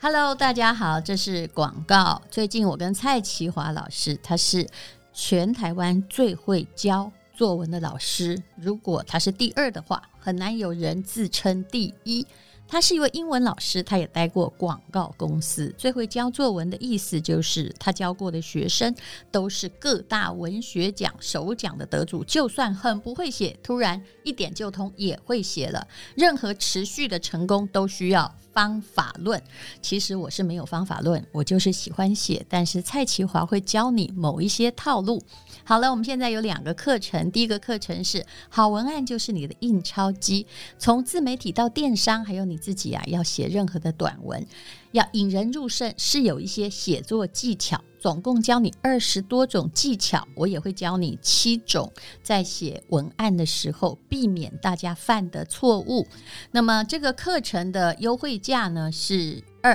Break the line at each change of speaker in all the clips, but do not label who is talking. Hello，大家好，这是广告。最近我跟蔡奇华老师，他是全台湾最会教作文的老师。如果他是第二的话，很难有人自称第一。他是一位英文老师，他也待过广告公司。最会教作文的意思就是，他教过的学生都是各大文学奖首奖的得主，就算很不会写，突然一点就通也会写了。任何持续的成功都需要方法论。其实我是没有方法论，我就是喜欢写，但是蔡奇华会教你某一些套路。好了，我们现在有两个课程，第一个课程是好文案就是你的印钞机，从自媒体到电商，还有你自己啊，要写任何的短文，要引人入胜，是有一些写作技巧。总共教你二十多种技巧，我也会教你七种，在写文案的时候避免大家犯的错误。那么这个课程的优惠价呢是二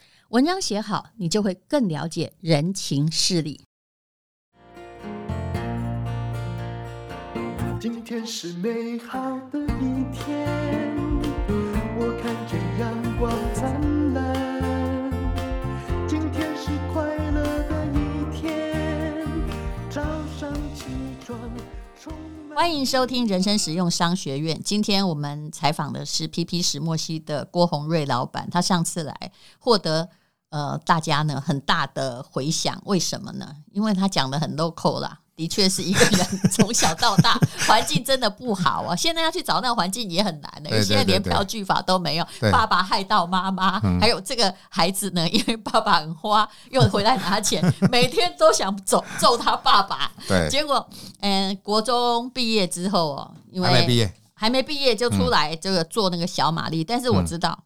文章写好，你就会更了解人情事理。
今天是美好的一天，我看见阳光灿烂。今天是快乐的一天，早上起床充满。
欢迎收听人生实用商学院。今天我们采访的是 PP 石墨烯的郭宏瑞老板，他上次来获得呃大家呢很大的回响，为什么呢？因为他讲的很 local 啦。的确是一个人从小到大环境真的不好啊，现在要去找那个环境也很难的、
对对
现在连
对对
票据法都没有，
对嗯
爸爸害到妈妈，还有这个孩子呢，因为爸爸很花，又回来拿 钱，每天都想揍揍他爸爸，
对，
结果，嗯、国中毕业之后哦，因为
还没毕嗯业，
还没毕业就出来这个做那个小玛丽，但是
嗯
我知道，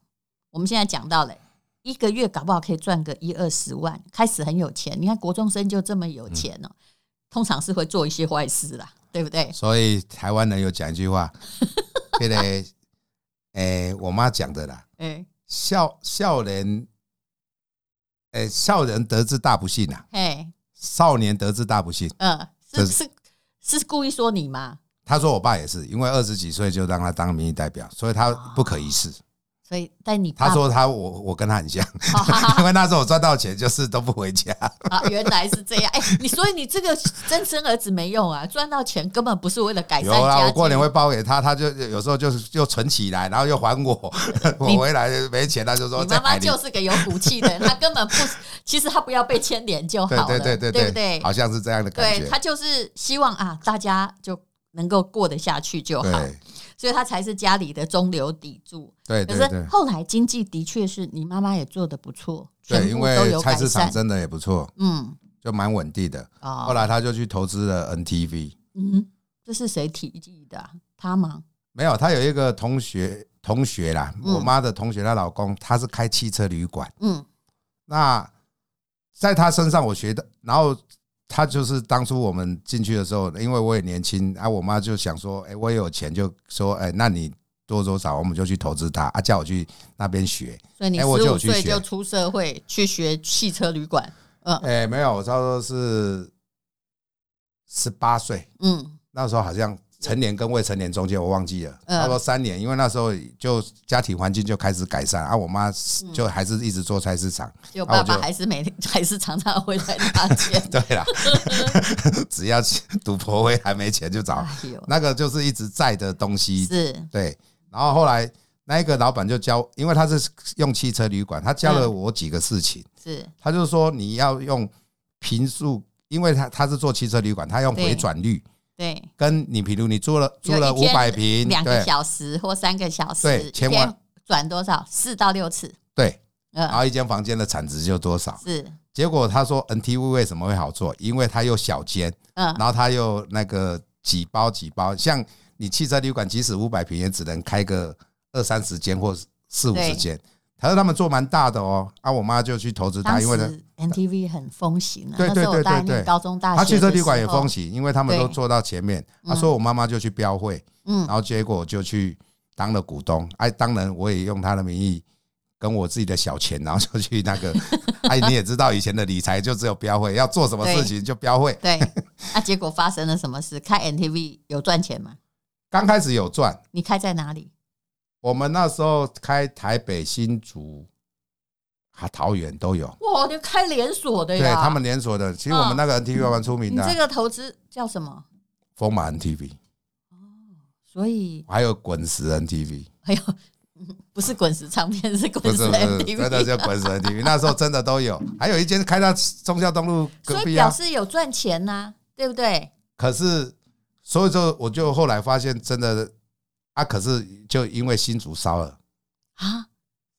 我们现在讲到了。一个月搞不好可以赚个一二十万，开始很有钱。你看国中生就这么有钱
嗯
哦，通常是会做一些坏事啦，对不对？
所以台湾人有讲一 句话，这个，诶、我妈讲的啦，
哎、
笑笑人，诶、笑人得志大不幸啊，
嘿，
少年得志大不幸。
嗯，是
这
是是故意说你吗？
她说我爸也是，因为二十几岁就让他当民意代表，所以他不可一世。
所以，但你爸
她说他我我跟他很像， 因为那时候我赚到钱就是都不回家。
啊，原来是这样。哎、你所以你这个真生儿子没用啊，赚到钱根本不是为了改善
有
家
啊
啊
啦，我过
境
年会包给他，他就有时候就是又存起来，然后又还我，我回来没钱，他就说
你妈
再
妈
买你
就是个有骨气的人，她根本不，其实她不要被牵连就哦好
对
了，
对对对
对不
好像是这样的感
对
觉。
她就是希望啊，大家就能够过得下去就好，
对
所以她才是家里的中流砥柱。
对
可
对
是
对
后来经济的确是你妈妈也做得不错，
对，
全
因
部都
为
有
菜
改
市场
善。
真的也不错，
嗯，
就蛮稳定的。
哦，
后来他就去投资了 NTV，
嗯，这是谁提议的、啊？他吗？
没有，他有一个同学同学啦，
嗯
我妈的同学，她老公他是开汽车旅馆，
嗯
那在他身上我学的，然后他就是当初我们进去的时候，因为我也年轻啊，我妈就想说，哎、我也有钱，就说，哎、那你多多少，我们就去投资它啊，叫我去那边学。
所以你
哎
十
我就有
五
去
岁
学
就出社会去学汽车旅馆，
哎、没有，我差不多是十八岁，
嗯，
那时候好像成年跟未成年中间我忘记了，
嗯
差不多三年，因为那时候就家庭环境就开始改善啊，我妈
嗯
就还是一直做菜市 场，
就
啊
爸
我就，
爸还是每还是常常会来拿钱
对啦， 只要赌博会还没钱就找，
哎呦，
那个就是一直在的东西，
是
对，然后后来那一个老板就教，因为他是用汽车旅馆，他教了
嗯
我几个事情，
是，
他就说你要用平数，因为他他是做汽车旅馆，他用
对
回转率。
对，
跟你，比如你租了租了
有一
五
天
百平，
两个
对
小时或三个小时，
对
一
千
天
万
转多少？四到六次，
对，
嗯、
然后一间房间的产值就多少？
是，
结果他说 NTV 为什么会好做？因为它又小间，
嗯，
然后它又那个几包几包，像你汽车旅馆，即使五百平也只能开个二三十间或四五十
对
间。他说他们做蛮大的哦，啊，我妈就去投资
当
它，因为呢，
时 NTV 很风行啊，
对
那时候
对对
我大概
对对
念高中啊大学，
他汽车旅馆也风，行，因为他们都
对
做到前面。他说我妈妈就去标会，
嗯
然，后结果就去当了股东。哎、当然我也用他的名义跟我自己的小钱，然后就去那个。 哎，你也知道以前的理财就只有标会，要做什么事情就标会。
对， 那结果发生了什么事？开 NTV 有赚钱吗？
刚开始有赚，
你开在哪里？
我们那时候开台北、新竹、啊桃园都有，
哇，你开连锁的
对他们连锁的。其实我们那个 NTV 蛮出
啊
名
嗯你
的啊，
这个投资叫什么？
风马 NTV，
所以
还有滚石 NTV，
还有嗯 不是滚石唱片，是
不
滚石
是不是，真的
NTV，
叫滚石 NTV。那时候真的 都有，还有一间开到中孝东路隔
所以
壁
表
啊。
示有赚钱呐、对不对？
可是，所以说我就后来发现，真的啊，可是就因为新竹烧了，
啊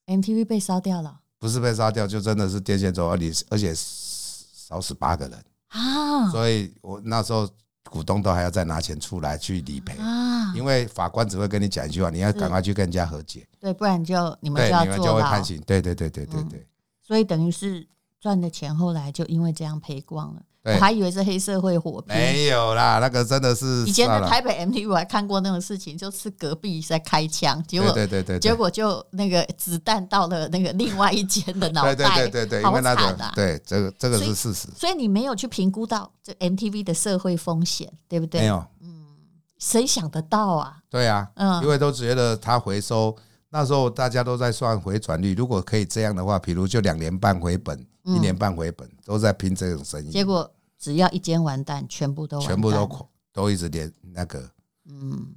，MTV 被烧掉了
不是被杀掉，就真的是电线走，而且而且烧十八个人，
啊
所以我那时候股东都还要再拿钱出来去理赔。
啊！
因为法官只会跟你讲一句话，你要赶快去跟人家和解，
对，不然就你们
对，
就要嗯
你们就
坐
会
牢
判，刑。对对对对对对，
所以等于是赚的钱后来就因为这样赔光了。
对
我还以为是黑社会火拼。
没有啦，那个真的是啊
以前
算
的
了
台北 MTV 我还看过那种事情，就是隔壁在开枪，结果
对对对对，对
结果就那个子弹到了那个另外一间的脑袋，
对对对对对，因
好
为那
惨
个
啊！
对这个这个
所以
是事实，
所以你没有去评估到这 MTV 的社会风险，对不对？
没，有
谁想得到啊？
对啊，
嗯
因为都觉得它回收那时候大家都在算回转率，如果可以这样的话，比如就两年半回本，
嗯
一年半回本，都在拼这种生意，
结果只要一间完蛋，全部都完蛋
全部都垮都一直连那个
嗯，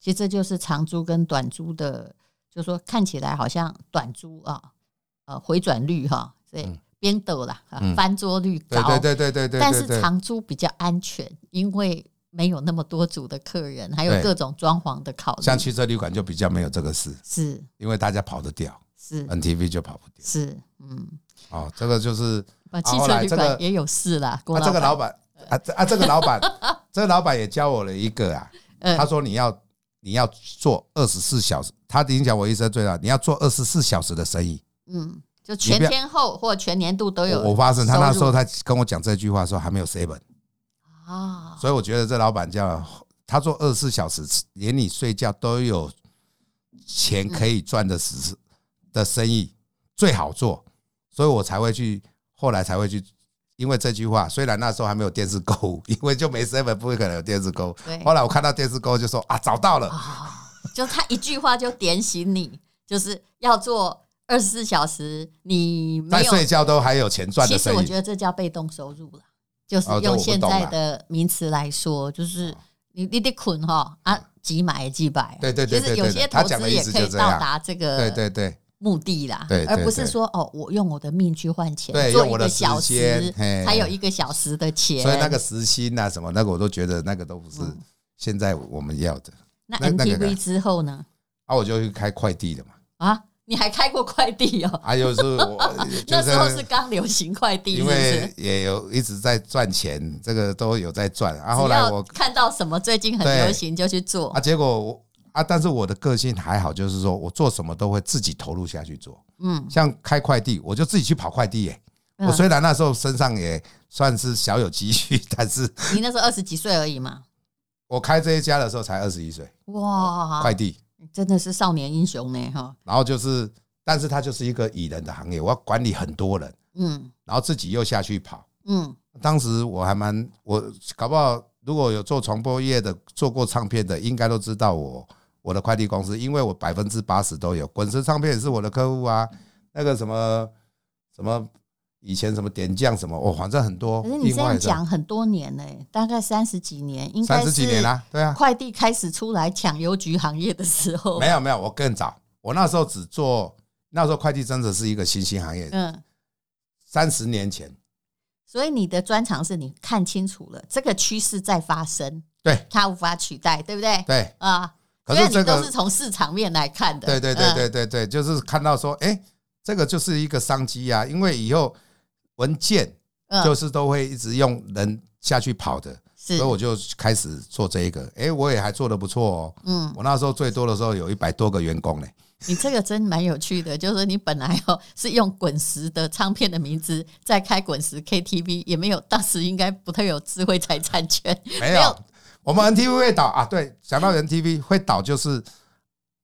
其实这就是长租跟短租的，就说看起来好像短租啊，呃，回转率哈、所以
嗯
边斗啦，啊
嗯
翻桌率
对
高，
对对对对对，
但
对
是
对
长租比较安全，因为没有那么多组的客人，还有
对
各种装潢的考虑，
像汽车旅馆就比较没有这个事，
是
因为大家跑得掉
是
，NTV 就跑不掉。
是，嗯，
哦，这个就是
把汽
后
车
来
旅
这
馆
个
也有事啦，郭
啊，这个
老
老
板，
板啊这啊，这个 老板，这个老板也教我了一个啊，
嗯
他说你要你要做二十四小时，他影响我一生最大，你要做二十四小时的生意。
嗯，就
你
全
不要
天候或全年度都有
我我发现他那时
收
候
入
他跟我讲这句话的时候还没有 seven，
啊，
所以我觉得这老板叫他做二十四小时，连你睡觉都有钱可以赚的时的生意最好做，所以我才会去，后来才会去。因为这句话，虽然那时候还没有电视购物，因为就没 seven 不可能有电视购物。
对
后来我看到电视购物就说啊，找到了，
啊， 就他一句话就点醒你，就是要做二十四小时，你没
在
有。
睡觉都还有钱赚
其
的
实
生
我
意
觉。得这叫被动收入了，就是
哦这我
用
不
现
懂
在
啦哦
的名词来说，就是你你得捆哈啊，几买几百。
对对对
其实
对
有
对
些
对
投
他讲
资
的
也
意思
可以
就这
到
样
达这
对
个
对对
目的啦，
对对
而不是
对
说哦，我用我的命去换钱，
对
做
用
一
我
个
的
小
时间
时
嘿
才有一个小时的钱。
所以那个时薪啊什么那个我都觉得那个都不是
嗯
现在我们要的。
那
那那个
MTV 之后呢？
啊，我就去开快 递的嘛。
啊，你还开过快递哦？
啊，有时候我
那
就
时候是
是
刚流行快递，是
因
不
为
是？
也有一直在赚钱，这个都有在赚。啊，
只
后来
要
我
看到什么最近很
对
流行就去做
啊，，结果我啊，但是我的个性还好，就是说我做什么都会自己投入下去做。
嗯，
像开快递，我就自己去跑快递耶、
嗯
我虽然那时候身上也算是小有积蓄， 但是
你那时候二十几岁而已嘛，
我开这一家的时候才二十一岁，
哇，
快递。
真的是少年英雄呢哈，
然后就是，但是它就是一个蚁人的行业，我要管理很多人，
嗯
然后自己又下去跑。
嗯
当时我还蛮我搞不好，如果有做传播业的、做过唱片的，应该都知道我我的快递公司，因为我百分之八十都有。滚石唱片也是我的客户啊，那个什么什么以前什么点将什么，我、哦反正很多。
可是你这样
的
讲很多年呢、大概三十几年，应该
三
是
十几年啦、对啊，
快递开始出来抢邮局行业的时候，
没有没有，我更早，我那时候只做那时候快递真的是一个新兴行业，
嗯，
三十年前
所以你的专长是你看清楚了这个趋势在发生，
对
它无法取代，对不对？
对，
啊，
可
虽
是
然
这
你都
个
是从市场面来看的，
对对对
嗯，
对对对，就是看到说，哎、这个就是一个商机啊，因为以后文件
嗯
就是都会一直用人下去跑的，
是
所以我就开始做这一个，哎、我也还做的不错哦。
嗯，
我那时候最多的时候有一百多个员工呢、
你这个真蛮有趣的，就是你本来哦是用滚石的唱片的名字在开滚石 KTV，也没有当时应该不太有智慧财产权，
没
没
有
有，
我们 NTV 会倒啊，对，想到 NTV 会倒就是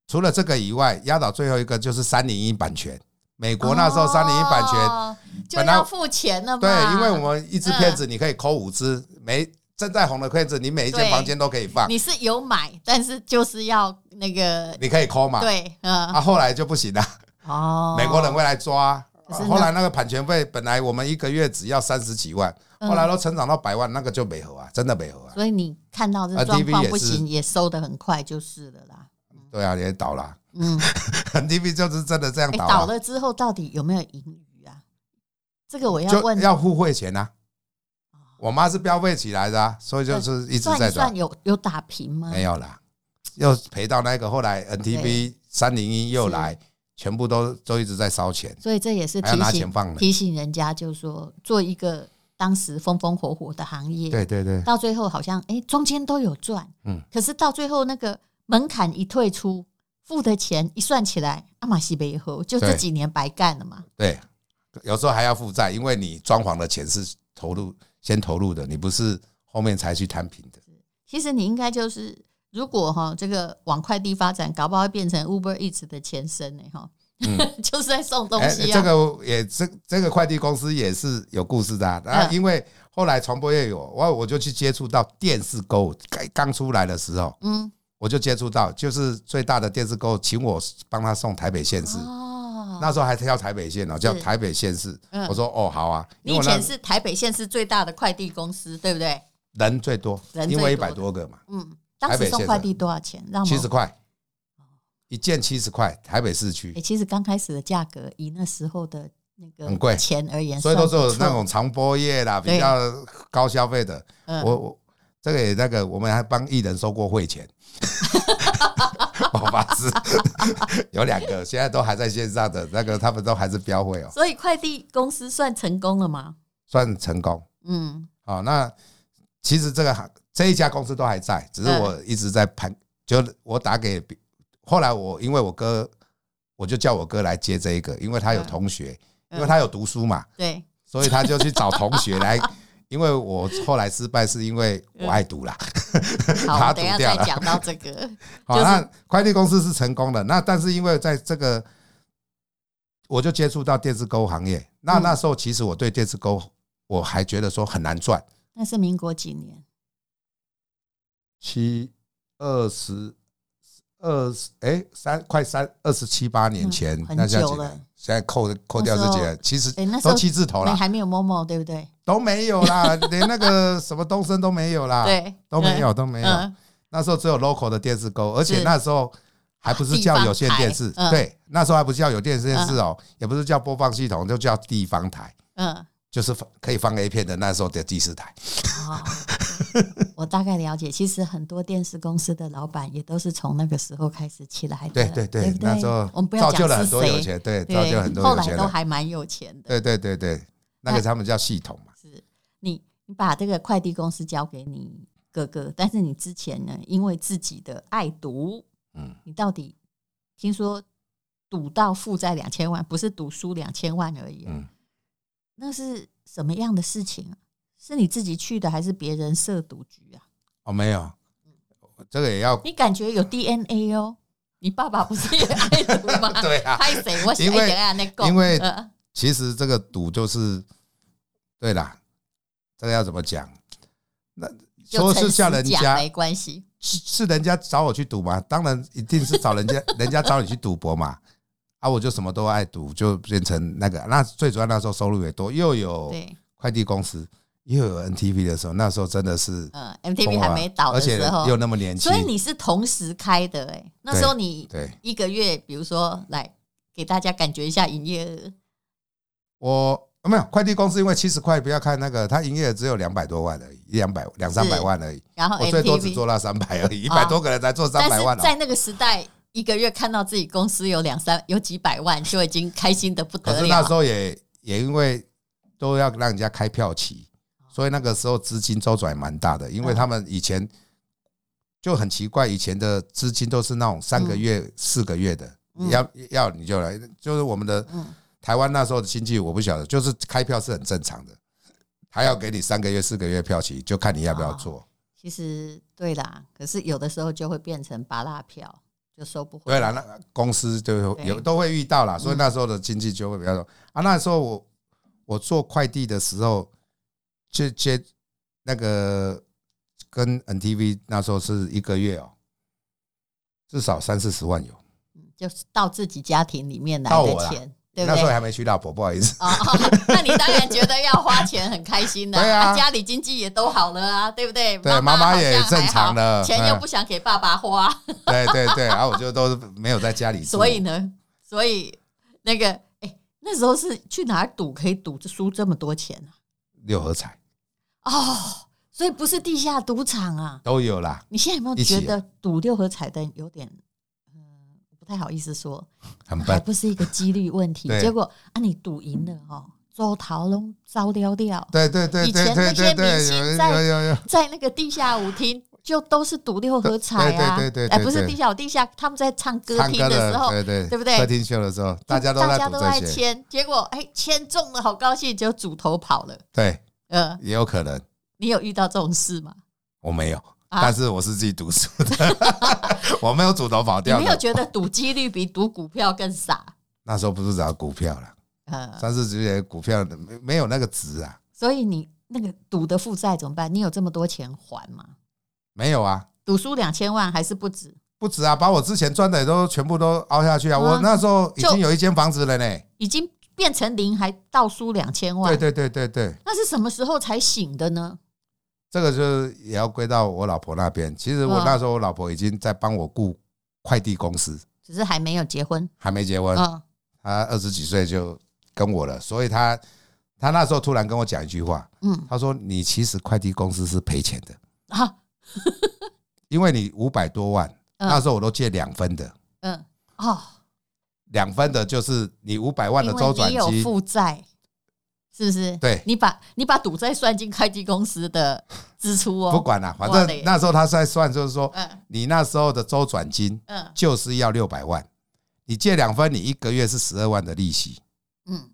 除了这个以外，压倒最后一个就是三零一版权。美 国那时候三零一版权，
哦就
本来
要付钱了嘛，
对，因为我们一支片
嗯
子你可以抠五支，每正在红的片子，你每一间
对
房间都可以放，
你是有买，但是就是要那个
你可以抠嘛。
对，嗯
啊，后来就不行了，
哦
啊美国人会来抓。啊
可是那
后来那个版权费本来我们一个月只要三十几万，
嗯
后来都成长到百万，那个就没合啊，真的没合啊。
哦所以你看到这
啊
状
DV
况
也
不
是
行，也收的很快就是了啦。
对啊，也倒了
嗯，
，NTV 就是真的这样
哎，
倒
倒
啊，
了之后到底有没有盈余啊？这个我要
就
问，哦
要付会钱啊。我妈是标费起来的啊，所以就是一直
算
在
一
转
算，有有打平吗？
没有啦，又赔到那个后来 NTV 三零一又来，全部都都一直在烧钱，
所以这也是
还要
提
拿钱
醒
放呢。
提醒人家，就是说做一个当时风风火火的行业，
对对对，
到最后好像哎、诶中间都有赚，
嗯
可是到最后那个门槛一退出，付的钱一算起来，啊阿玛西贝后就这
对
几年白干了嘛。
对，有时候还要负债，因为你装潢的钱是投入先投入的，你不是后面才去摊平的。
其实你应该就是，如果哈这个往快递发展，搞不好会变成 Uber Eats 的前身呢、哈， 就是在送东西啊，
嗯哎这个也这这个快递公司也是有故事的啊。然后
嗯
因为后来传播业有，我我就去接触到电视购物，刚刚出来的时候，
嗯，
我就接触到，就是最大的电视购物请我帮他送台北县市。
哦，
那时候还挑台北县哦，叫
是
台北县市
嗯。
我说哦，好啊，因
你以
为我那
前是台北县市最大的快递公司，对不对？
人最多
人，最
因为一
多哦
百多个嘛，
嗯，当
台
时
北
送
县
快
的
递多少钱？让我
七十块，一件七十块，台北市区
欸，。其实刚开始的价格以那时候的那个
很贵
钱而言，
所以都是
算不
有
错
那种长波业啦，
对
比较高消费的。
嗯
我我这个也那个，我们还帮艺人收过 汇钱。我发誓， 有两个现在都还在线上的那个，他们都还是标会哦，
所以快递公司算成功了吗？
算成功。
嗯，
好、啊那其实这个行这一家公司都还在，只是
嗯
我一直在盘，就是我打给别，后来我因为我哥，我就叫我哥来接这一个，因为他有
嗯
同学，
嗯
因为他有读书嘛，
对，
所以他就去找同学来。因为我后来失败，是因为
嗯
我爱赌 啦，
好，
把它
等一下
读
再
掉了
讲到这 个，
好，
就是
那快递公司是成功的，那但是因为在这个，我就接触到电视购物行业。那
嗯
那时候其实我对电视购物，我还觉得说很难赚。
那是民国几年？
七二十二十哎三快三二十七八年前
嗯，很
那现在
久
几年
了？
现在扣扣掉
那
这
时候
几年，其实
哎那时候
都七字头
那
啦，
还没有 Momo 对不对？
都没有啦，连那个什么东升都没有啦，
对，
啊都没有都
嗯，
没有。
嗯，
那时候只有 local 的电视购，而且
是
那时候还不是叫有线电视
地方台嗯，
对，那时候还不是叫有电视电视哦，也不是叫播放系统，就叫地方台，
嗯，
就是放可以放 A 片的那时候的第四台。
哦，我大概了解。其实很多电视公司的老板也都是从那个时候开始起来的，
对对
嗯对
对
不，对，
那时候
我们不要
造就
讲
了
是
很多有
谁，
钱，对，造就很
对，
多
后
有
来
钱
都
人。
还蛮有钱的。
对对对对，那个他们叫系统嘛，
是你你把这个快递公司交给你哥哥，但是你之前呢，因为自己的爱读，
嗯，
你到底听说赌到负债两千万，不是赌输两千万而已、
嗯，
那是什么样的事情啊？是你自己去的，还是别人设赌局啊？
哦，没有，这个也要？
你感觉有 DNA 哦。你爸爸不是也爱赌吗
对啊
拍谁？我是
因为
爱人那个，
因为
呃
其实这个赌就是，对啦，这个要怎么讲？那
就
说
诚
是叫
实
人
讲
家
没关系，
是是人家找我去赌吗？当然一定是找人家， 人家找你去赌博嘛。啊，我就什么都爱赌，就变成那个。那最主要那时候收入也多，又有
对，
快递公司，又有 NTV 的时候，那时候真的是
呃
疯
，MTV
了
还没倒
而
的
且
时候
又，那么年轻
所，以你是同时开的哎、那时候你
对
一个月，比如说来给大家感觉一下营业额，
我啊没有快递公司，因为七十块不要看那个，他营业额只有两百多万而已，一两百两三百万而已。
然后
我最多只
MTV，
做到三百而已，一
啊
百多个人才做三
但
百万
是
哦。
在那个时代，一个月看到自己公司有两三有几百万，就已经开心的不
可
得
是那
了
时。候也也因为都要让人家开票期，
哦
所以那个时候资金周转蛮大的，因
嗯
为他们以前就很奇怪，以前的资金都是那种三个月、四个月的，
嗯
要要你就来，就是我们的
嗯
台湾那时候的经济我不晓得，就是开票是很正常的，他要给你三个月、四个月票期，就看你要不
哦
要做。
其实对啦，可是有的时候就会变成拔蜡票，就收不回
对
来。
了，那公司就
对
有都会遇到啦，所以
嗯
那时候的经济就会比较弱啊。那时候我我做快递的时候，就接那个跟 NTV 那时候是一个月哦，至少三四十万有。
嗯就是到自己家庭里面来
到
的
我啦
钱，对不
那时候
对？
还没娶老婆，不好意思。
哦，哦那你当然觉得要花钱很开心的、
对啊
家里经济也都好了啊，对不对？
对
妈
妈妈
好
也
像还
正常
好
了
钱又
嗯
不想给爸爸花，
对对对，然后我就都是没有在家里住，
所以呢，所以那个，哎、那时候是去哪儿赌可以赌输这么多钱啊？
六合彩
哦，所以不是地下赌场啊。
都有啦，
你现在有没有
一起啊
觉得赌六合彩的有点，嗯、不太好意思说，
很
还
笨。
不是一个几率问题？
对
结果啊，你赌赢了哦，周桃龙招掉掉，
对对对
以
对
前
对
那些
对
明
对，
星
有人
在
有有有，
在那个地下舞厅。就都是赌六合彩啊，
对对对对对
哎，不是
对
地下舞地下，他们在唱歌
唱
厅
歌
的时候，
对对
对不对
歌厅秀的时候，大家都
大
在
家
赌
都
这
在
些，
签，结果哎签中了，好高兴，就主头跑了。
对，
呃，
也有可能。
你有遇到这种事吗？
我没有，
啊
但是我是自己读书的， 我没有主动跑
你
掉
没有
的。
觉得赌几率比赌股票更傻？
那时候不是找股票了，
呃，
三四十年股票没没有那个值啊，
所以你那个赌的负债怎么办？你有这么多钱还吗？
没有啊，
赌输两千万还是不止？
不值啊，把我之前赚的也都全部都凹下去啊。
啊
我那时候已
就
经有一间房子了呢。
已经变成零，还倒输两千万
对，对对对对，
那是什么时候才醒的呢？
这个就是也要归到我老婆那边。其实我
嗯
那时候我老婆已经在帮我雇快递公司，
只是还没有结婚。
还没结婚，
嗯
她二十几岁就跟我了，所以她她那时候突然跟我讲一句话，
嗯
她说：“你其实快递公司是赔钱的。”
啊
因为你五百多万，
嗯
那时候我都借两分的，
嗯哦，
两分的就是你五百万
因
的
为
周转
你有
机，
负债，是不是？
对
你把你把赌债算进会计公司的支出哦。
不，管了，反
哇嘞
正那时候他在算，就是说
嗯
你那时候的周转金
嗯
就是要六百万，你借两分，你一个月是十二万的利息。
嗯，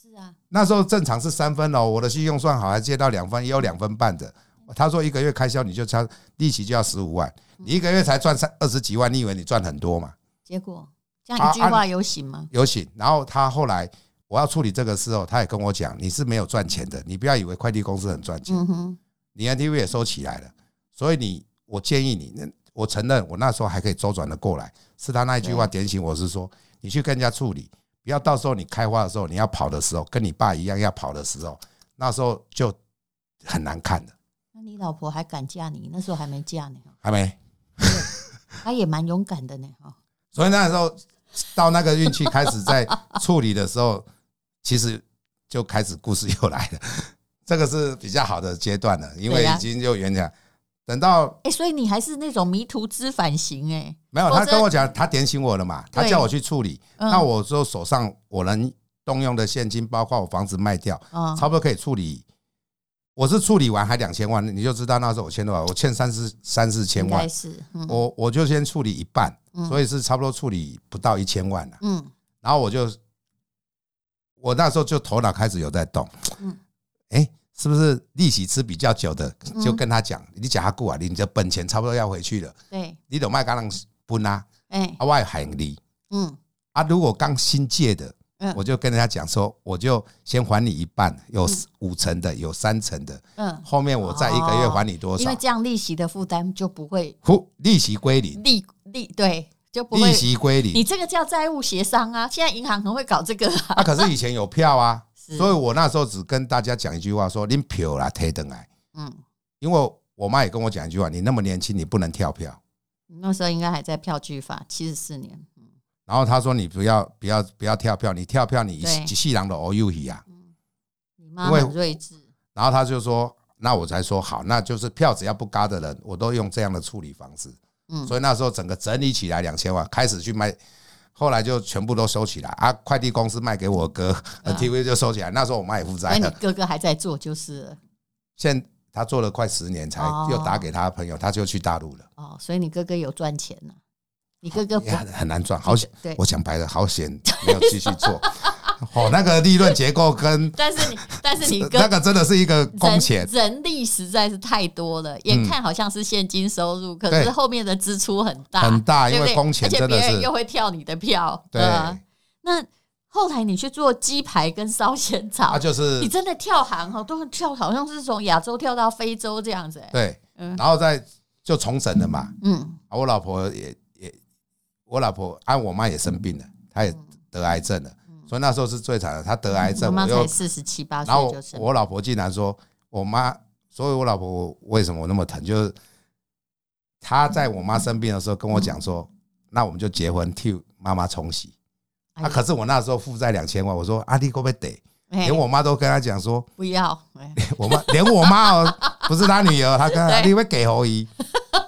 是啊，
那时候正常是三分哦，我的信用算好，还借到两分，也有两分半的。他说一个月开销你就差利息就要十五万，你一个月才赚三二十几万，你以为你赚很多嘛？
结果这样一句
啊啊
话有醒吗？
有请。然后他后来我要处理这个事后，他也跟我讲，你是没有赚钱的，你不要以为快递公司很赚钱，
嗯哼，
你 NTV 也收起来了，所以你我建议你，那我承认我那时候还可以周转的过来，是他那一句话点醒我是说，你去跟人家处理，不要到时候你开花的时候，你要跑的时候，跟你爸一样要跑的时候，那时候就很难看的，
那你老婆还敢嫁你？那时候还没嫁呢，
还没。
她也蛮勇敢的呢，哈。
所以那时候到那个运气开始在处理的时候， 其实就开始故事又来了。 这个是比较好的阶段了，因为
对啊
已经就原讲，等到
哎、所以你还是那种迷途知返型哎、
没有
否则
他跟我讲，他点醒我了嘛，他
对
叫我去处理，
嗯
那我就手上我能动用的现金，包括我房子卖掉，
嗯
差不多可以处理。我是处理完还两千万，你就知道那时候我欠多少，我欠三四三四千
应
万
该，是，嗯
我我就先处理一半，
嗯
所以是差不多处理不到一千万了。
嗯
然后我就我那时候就头脑开始有在动，
嗯
哎、是不是利息吃比较久的，
嗯
就跟他讲，你讲他过啊，你的本钱差不多要回去了，
对，
你懂卖刚人分啊，
哎，
啊，我也喊你
嗯
啊，如果刚新借的
嗯。
我就跟人家讲说，我就先还你一半，有五成的，有三成的，
嗯，
后面我再一个月还你多
哦因
少
为，这样利息的负担就不会
呼，利息归零，
利利对，就不会
利。息归零
你。这个叫债务协商啊，现在银行很会搞这个啊。
啊，可是以前有票啊，
是
所以我那时候只跟大家讲一句话说拎票啦，推登来。
嗯，
因为我妈也跟我讲一句话，你那么年轻，你不能跳票。
那时候应该还在票据法七十四年。
然后她说你不要不要不要跳票，你跳票你一
对
一细郎的哦又一啊。
你妈
因为
很睿智，
然后她就说，那我才说好，那就是票只要不嘎的人，我都用这样的处理方式。
嗯
所以那时候整个整理起来两千万，开始去卖。后来就全部都收起来啊！快递公司卖给我哥呃
嗯
，TV 就收起来。那时候我妈也负
那
债
你
了，
哥哥还在做就是了
现在他做了快十年才
哦
又打给他朋友，他就去大陆了。
哦，所以你哥哥有赚钱呢、你哥哥不
也很很难哎赚，好险！
对
我讲白了，好险 没有继续做。哦，那个利润结构跟呃
但是你，但是你哥
那个真的是一个工钱
人，人力实在是太多了，眼看好像是现金收入，可是
嗯对
后面的支出很大
很大，
对
因
不对
为工钱真的
而且别
是
人又会跳你的票，
对，
啊那后来你去做鸡排跟烧仙草，
他啊就是
你真的跳行哦，都跳好像是从亚洲跳到非洲这样子、欸。
对，
嗯
然后再就重审了嘛。
嗯，
啊我老婆也也，我老婆啊，我妈也生病了，她也得癌症了，所以那时候是最惨的。她得癌
我
症，
嗯妈
我
才
又
四十七八岁
然后
啊就生
我我老婆竟然说，我妈，所以我老婆我为什么我那么疼，就是她在我妈生病的时候跟我讲说，那我们就结婚替妈妈冲洗。
哎
啊，可是我那时候负债两千万，我说阿弟会不会得？
哎
连我妈都跟她讲说，
不要，哎
我妈连我妈哦，不是她女儿，她跟她
对
阿弟会给侯姨。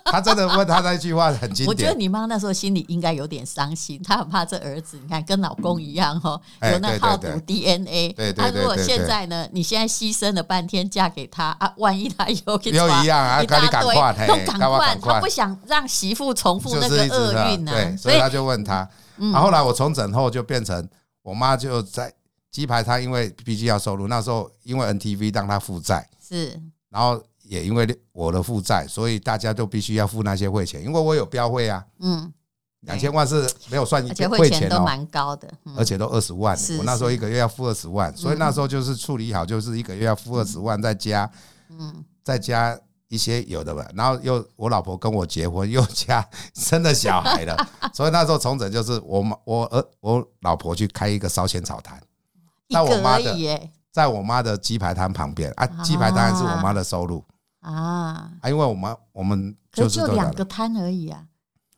她真的问她那句话很经
我觉得
典，
你妈那时候心里应该有点伤心，她很怕这儿子，你看跟老公一样哦，
哎
有那
对
好
对
赌
对
DNA。
对对
她如
对
果
对
现
对
在呢，你现在牺牲了半天嫁给他啊，万一他以后给
又一样啊
一大
赶紧赶快
堆，
嘿
都赶
赶快
快，
赶快
她不想让媳妇重复
就
那
是
个
一直
厄运
对，
啊，
所以她就问她。
嗯
然后后来我重整后就变成我妈就在鸡排摊，因为必须要收入，那时候因为 NTV 让她负债，
是
然后也因为我的负债，所以大家都必须要付那些汇钱，因为我有标会啊，
嗯，
两千万是没有算
而且
汇
汇钱都
哦。
蛮高的，嗯
而且都二十万
是，嗯
我那时候一个月要付二十万，所以那时候就是处理好，就是一个月要付二十万，再加，
嗯
再加一些有的吧，然后又我老婆跟我结婚，又加 生了小孩 了，所以那时候重整就是我妈我儿我老婆去开一个烧仙草摊，
一
那我
个
妈
而
的
已耶
在我妈的鸡排摊旁边啊，鸡排当然是我妈的收入
啊，
啊，因为我妈我们
可
就是是
就
都
两
有
个摊而已啊，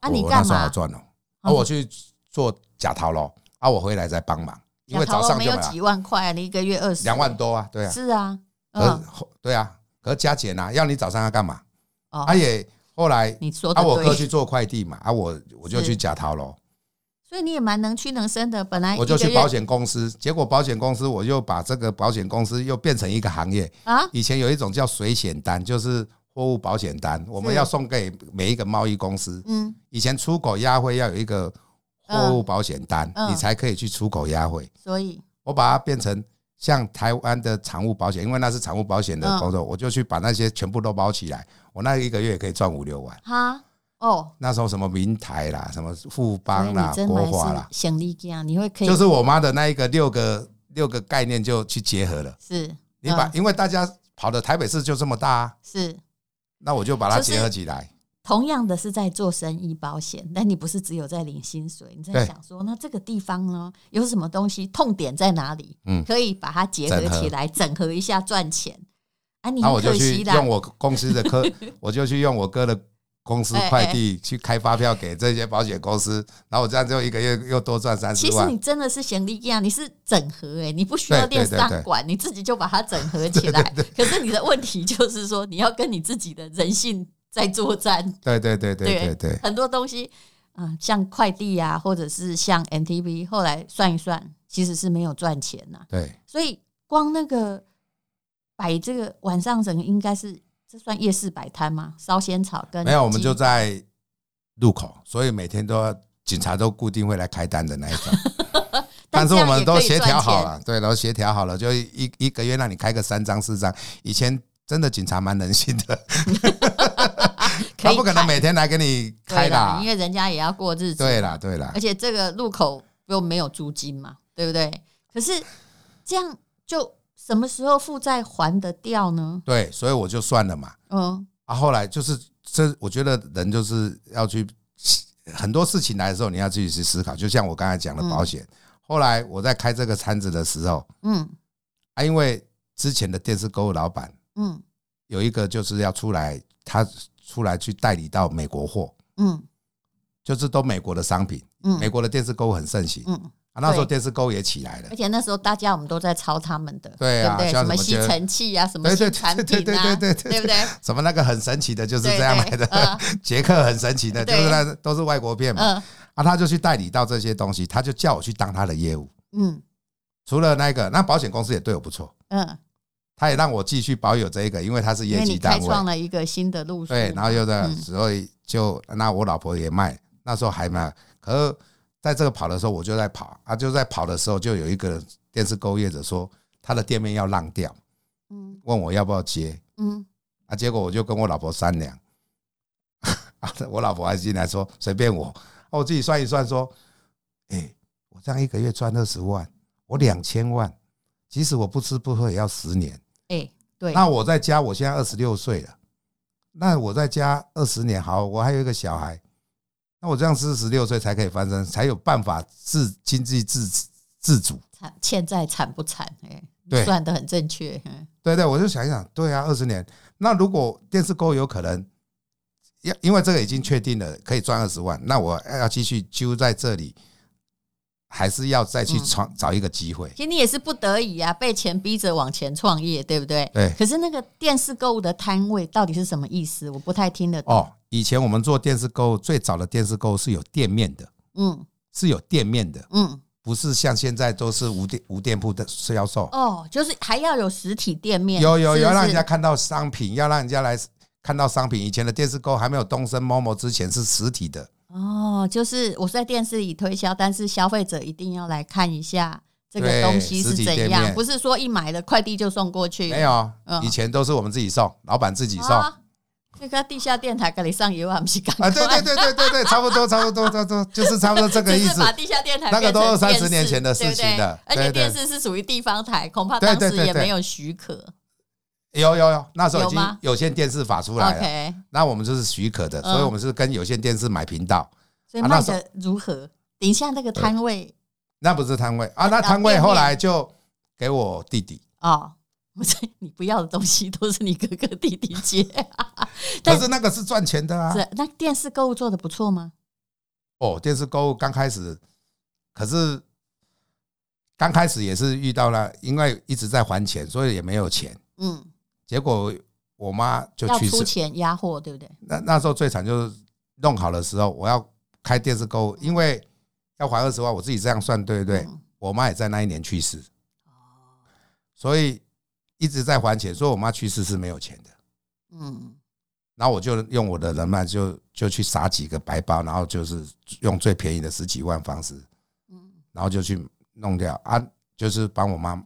啊
我
你
我那
干
时候好
嘛？
赚哦，啊
嗯
我去做假逃喽，啊我回来再帮忙，因为
小
早
头
上
没
就
有
没有
几万块啊，你一个月二十
两万多啊，对啊，
是啊，
可
嗯
是后对啊，可是加减啊，要你早上要干嘛？
哦
他啊也后来
你说的
啊，我
哦对，
哥去做快递嘛，啊我我就是去假逃喽，
所以你也蛮能屈能伸的。本来
我就
一个
去
月
保险公司，结果保险公司我又把这个保险公司又变成一个行业。
啊，
以前有一种叫水险单，就是货物保险单，我们
是
要送给每一个贸易公司。
嗯，
以前出口押汇要有一个货物保险单，
嗯嗯
你才可以去出口押汇。
所以
我把它变成像台湾的产物保险，因为那是产物保险
嗯
的工作，我就去把那些全部都包起来，我那一个月也可以赚五六万。
哈哦，
那时候什么明台啦，什么富
所以
邦啦
你，真
国
蛮
华啦
是，想力啊，你会可以
就是我妈的那一个六个六个概念就去结合了。
是
你把、
嗯
因为大家跑的台北市就这么大、啊，
是
那我就把它
就是
结合起来。
同样的是在做生意保险，但你不是只有在领薪水，你在
对
想说，那这个地方呢，有什么东西痛点在哪里？
嗯
可以把它结合
整合
起来，整合一下赚钱。啊，你
那我
很
就
可
去
惜啦
用，我公司的 科，我就去用我哥的公
哎
司快递去开发票给这些保险公司，然后我这样就一个月又多赚三
其
十
实
万
你。真的是贤力一样，你是整合哎、你不需要
对
电
对对
商管，你自己就把它整合起 来。可是你的问题就是说，你要跟你自己的人性在作战。
对对对对对对。
很多东西啊、像快递啊，或者是像 NTV，后来算一算，其实是没有赚钱啊呐、
对，
所以光那个摆这个晚上整个应该是这算夜市摆摊吗？烧仙草跟
没有，我们
鸡
就在路口，所以每天都要警察都固定会来开单的那一种。但是
这
我
样
们
也
都
可以
协
赚
调好
钱
了，对，都协调好了，就一一个月让你开个三张四张。以前真的警察蛮人性的，
可
他
以
啊不可能
开
每天来给你开
对啦，
啦
因。为人家也要过日子，
对啦，对啦
而，且这个路口又没有租金嘛，对不对？可是这样就什么时候负债还得掉呢？
对，所以我就算了嘛。
嗯，
啊，后来就是这，我觉得人就是要去很多事情来的时候，你要自己去思考。就像我刚才讲的保险，后来我在开这个摊子的时候，
嗯
啊，因为之前的电视购物老板
嗯
有一个就是要出来，他出来去代理到美国货，
嗯
就是都美国的商品，美
嗯
国的电视购物很盛行。
嗯，
啊，那时候
对
电视购物也起来了
而，且那时候大家我们都在抄他们的，
对啊
不对？
像
什
什么
么吸尘器啊，什么
对对
新
对
产品
对对
啊，
对对对
对不对？
什么那个很神奇的，就是
对
这样来
对
的
呃。
捷克很神奇的，就
对
是那都是外国片 嘛。
嗯
啊，他就去代理到这些东西，他就叫我去当他的业务。
嗯
除了那个，那保险公司也对我不错，
嗯，
他也让我继续保有这一个，因为他是
因
业
为
绩
你开
单
创
位。
了一个新的路数嘛，
对，然后又在
嗯
所以就那我老婆也卖，那时候还卖。可是在这个跑的时候，我就在跑啊，就在跑的时候，就有一个电视购业者说他的店面要让掉，
嗯
问我要不要接。
嗯
啊，结果我就跟我老婆商量， 啊，我老婆还进来说随便我，啊我自己算一算说，哎、我这样一个月赚二十万，我两千万，即使我不吃不喝也要十年，
哎对，
那我在家我现在二十六岁了，那我在家二十年，好，我还有一个小孩，那我这样四十六岁才可以翻身，才有办法自经济自自主。
惨欠债惨不惨？哎，
对
算的很正确，嗯
对对，我就想一想，对啊，二十年。那如果电视购有可能，要因为这个已经确定了可以赚二十万，那我要继续揪在这里，还是要再去
嗯
创、找一个机会？
其实你也是不得已啊，被钱逼着往前创业，对不对？
对
可是那个电视购物的摊位到底是什么意思？我不太听得懂。
哦，以前我们做电视购最早的电视购是有店面的，
嗯
是有店面的，
嗯，
不是像现在都是无店无店铺的销售。
哦，就是还要有实体店面，
有有
是
有，
不
要
是
让人家看到商品，要让人家来看到商品。以前的电视购还没有东森、某某之前是实体的，
哦，就是我在电视里推销，但是消费者一定要来看一下这个
对
东西
实
是
体
怎
店面
样，不是说一买了快递就送过去，
没有，
嗯
以前都是我们自己送，老板自己送。
啊？这个地下电台跟你上游啊，不是 赶快
啊，对对对对对对，差不多，差不多，差不多，就是差不多这个意
就
思
是。把地下电台
那个都
变成
二三
电
十
视
年前的事情了
对不对而且
对对
电视是属于地方台，恐怕
对
当
对
时
对
也
对
没有许可。
有有有，那时候已
有吗
经有线电视法出来了，
OK，嗯
那我们就是许可的，所以我们是跟有线电视买频道，
所以
啊那
卖
时候
的如何？等一下那个摊位
那不是摊位
嗯
啊，那摊位后来就给我弟弟，
哦， 不是你不要的东西都是你哥哥弟弟 接。
可
但
是那个是赚钱的啊。
是那电视购物做的不错吗？
哦，电视购物刚开始，可是刚开始也是遇到了，因为一直在还钱，所以也没有钱，
嗯，
结果我妈就
要
去世
出，钱压货，对不对？
那那时候最惨就是弄好的时候，我要开电视购物，因为要还二十万，我自己这样算对不对？
嗯哦
我妈也在那一年去世，所以一直在还钱，所以我妈去世是没有钱的。
嗯，
然后我就用我的人脉就就去撒几个白包，然后就是用最便宜的十几万方式，
嗯
然后就去弄掉啊，就是帮我妈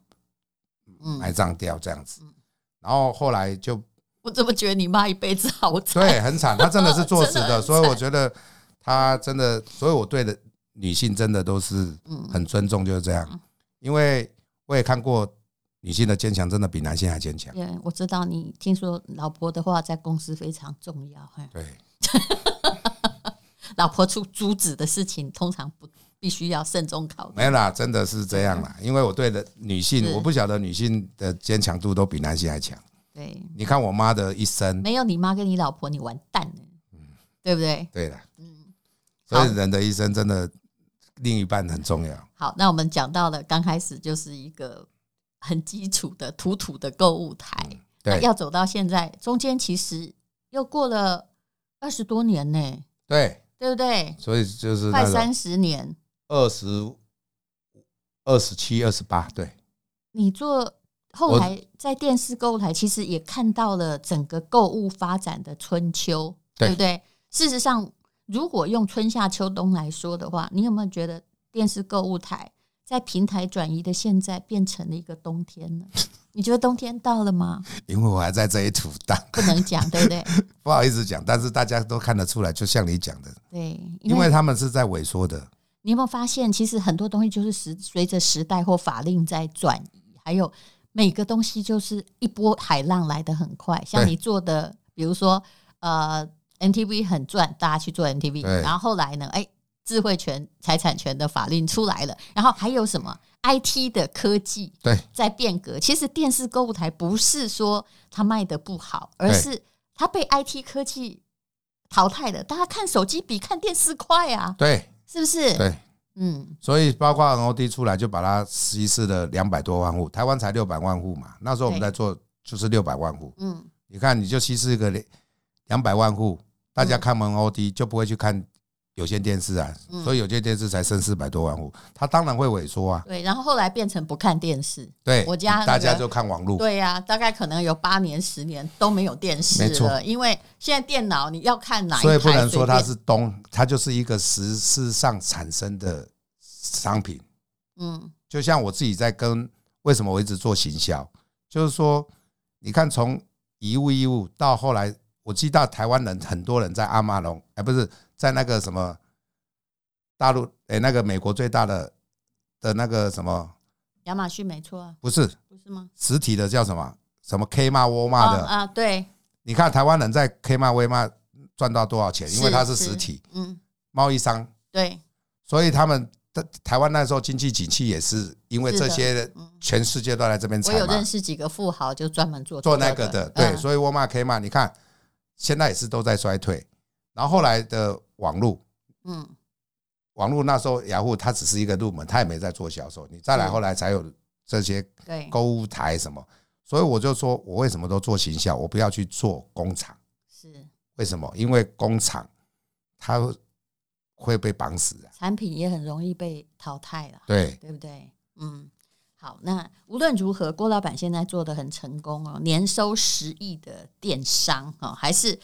嗯
埋葬掉这样子。然后后来就
我怎么觉得你妈一辈子好惨？
对，很惨，她真 的是作死
哎真的
的，
很惨
所以我觉得她真的，所以我对的女性真的都是
嗯
很尊重，就是这样。因为我也看过女性的坚强，真的比男性还坚强。
对，我知道你听说老婆的话在公司非常重要，嘿
对，
老婆出阻止的事情通常不必须要慎重考虑
没。有啦，真的是这样啦。因为我对的女性，
嗯是
我不晓得女性的坚强度都比男性还强。
对，
你看我妈的一生，
没有你妈跟你老婆，你完蛋了，对不对？
对了，
嗯，
所
好
以人的一生真的另一半很重要。
好，那我们讲到了，刚开始就是一个很基础的土土的购物台，那
嗯对
要走到现在，中间其实又过了二十多年呢，
对，
对不对？
所以就是
快
那种
三十年，
二十二十七、二十八，对。
你做后台在电视购物台，其实也看到了整个购物发展的春秋，
对
对不对？事实上，如果用春夏秋冬来说的话，你有没有觉得电视购物台在平台转移的现在变成了一个冬天了。 你觉得冬天到了吗？
因为我还在这一途当，
不能讲，对不对？
不好意思讲，但是大家都看得出来，就像你讲的，
对，
因为他们是在萎缩的。
你有没有发现，其实很多东西就是时随着时代或法令在转移，还有每个东西就是一波海浪来得很快。像
对
你做的，比如说呃，NTV 很赚，大家去做 NTV，
对
然后后来呢，哎、智慧权、财产权的法令出来了，然后还有什么 IT 的科技
对
在变革。其实电视购物台不是说它卖的不好，而
对
是它被 IT 科技淘汰了。大家看手机比看电视快啊，
对
是不是？
对，
嗯。
所以包括 NOD 出来就把它稀释了两百多万户，台湾才六百万户嘛，那时候我们
对
在做就是六百万户，
嗯，
你看你就稀释个两百万户，大家看 NOD 就不会去看有线电视啊，
嗯
所以有线电视才剩四百多万户，它当然会萎缩啊。
对，然后后来变成不看电视。
对，
我家那个
大家就看网络，
对呀、大概可能有八年、十年都没有电视
没错
了，因为现在电脑你要看哪一台，
所以不能说它
随便
是东，它就是一个时事上产生的商品。
嗯
就像我自己在跟为什么我一直做行销，就是说，你看从一物一物到后来，我记得台湾人很多人在阿玛龙，哎，不是在那个什么大陆，哎，那个美国最大的的那个什么，
亚马逊没错啊，
不是
不是吗？
实体的叫什么什么 K 骂沃骂
啊
的，
啊，对，
你看台湾人在 K 骂威骂赚到多少钱？因为
是
它是
是
实体
嗯，
贸易商，
对，
所以他们的台湾那时候经济景气也是因为
是的
这些
嗯，
全世界都来这边
我
采
有
嘛
认，识几个富豪，就专门做
做
这嗯
那个的，对，所以沃尔玛、K 嘛，你看现在也是都在衰退，然后后来的网络，
嗯嗯，
网络那时候雅虎它只是一个入门，它也没在做销售，你再来
是
后来才有这些
对，
购物台什么，所以我就说我为什么都做行销，我不要去做工厂，
是
为什么？因为工厂它会被绑死啊，
产品也很容易被淘汰了。
对，
对不对？嗯，好，那无论如何，郭老板现在做的很成功哦，年收十亿的电商哦，还是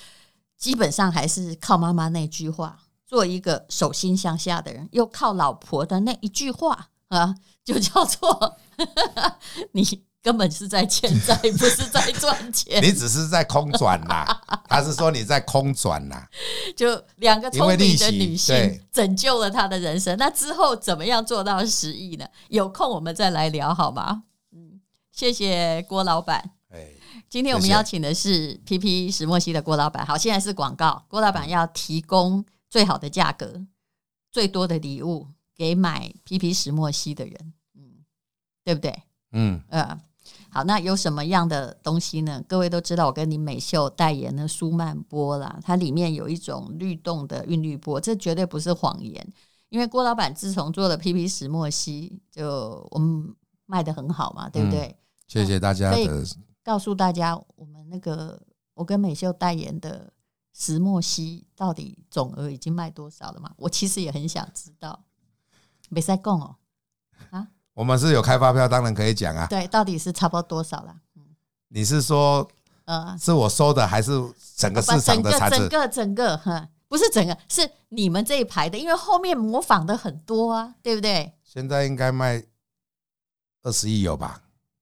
基本上还是靠妈妈那句话，做一个手心向下的人，又靠老婆的那一句话啊， 就叫做 你根本是在欠债，不是在赚 钱，
你只是在空转 啦，他是说你在空转啦。
就两个聪明的女
因为利
性
息对
拯救了她的人生。那之后怎么样做到十亿呢？有空我们再来聊好吗？嗯，谢谢郭老板。
哎，
今天我们
谢谢
邀请的是 PP 石墨烯的郭老板。好，现在是广告，郭老板要提供最好的价格、最多的礼物给买 PP 石墨烯的人，嗯，对不对？
嗯，
呃，好，那有什么样的东西呢？各位都知道，我跟林美秀代言的舒曼波啦，它里面有一种律动的韵律波，这绝对不是谎言。因为郭老板自从做了 PP 石墨烯，就我们卖的很好嘛，对不对？
谢谢大家
所以
的
告诉大家，我们那个我跟美秀代言的石墨烯到底总额已经卖多少了吗？我其实也很想知道。没在供哦，
我们是有开发票，当然可以讲啊。
对，到底是差不多多少啦？
你是说
呃，
是我收的，还是整个
把
市
整
场
个
的产
整
值？
个整个哈，不是整个，是你们这一排的，因为后面模仿的很多啊，对不对？
现在应该卖二十亿有吧？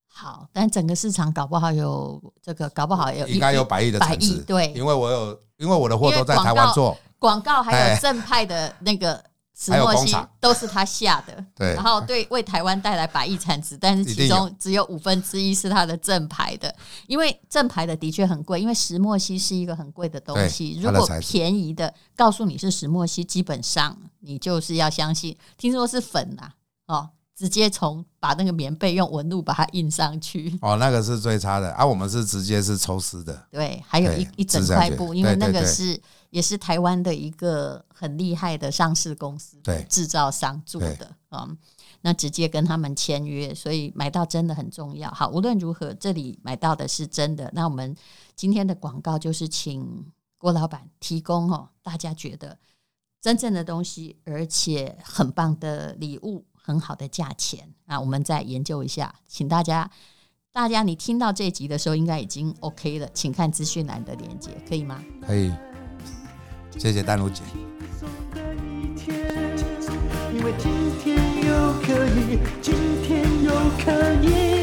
好，但整个市场搞不好有这个，搞不好有
应该有百亿的产
百亿
值。
对
因为我有，因为我的货都在
因为广告嗯
台湾做，
广告还有
哎
正派的那个石
还有
墨
工
烯
厂
都是他下 的，
对
然后对为台湾带来百亿产值，但是
一
其
定有
中只有五分之一是他的正牌的，因为正牌的的确很贵，因为石墨烯是一个很贵的东西，
对
如
它的
果
材质
便宜的告诉你是石墨烯，基本上你就是要相信，听说是粉呐、哦。直接从把那个棉被用纹路把它印上去，
哦，那个是最差的啊。我们是直接是抽丝的，
对，还有一
对
一整
是这样
块
子
布，
对
因为
对
那个
对
是也是台湾的一个很厉害的上市公司，
对
制造商做的，嗯，那直接跟他们签约，所以买到真的很重要。好，无论如何，这里买到的是真的。那我们今天的广告就是请郭老板提供哦，大家觉得真正的东西，而且很棒的礼物，很好的价钱啊，那我们再研究一下，请大家。大家，你听到这集的时候，应该已经 OK 了，请看资讯栏的连接，可以吗？
可以。谢谢丹如姐。
轻松的一天，因为今天又可以，今天又可以。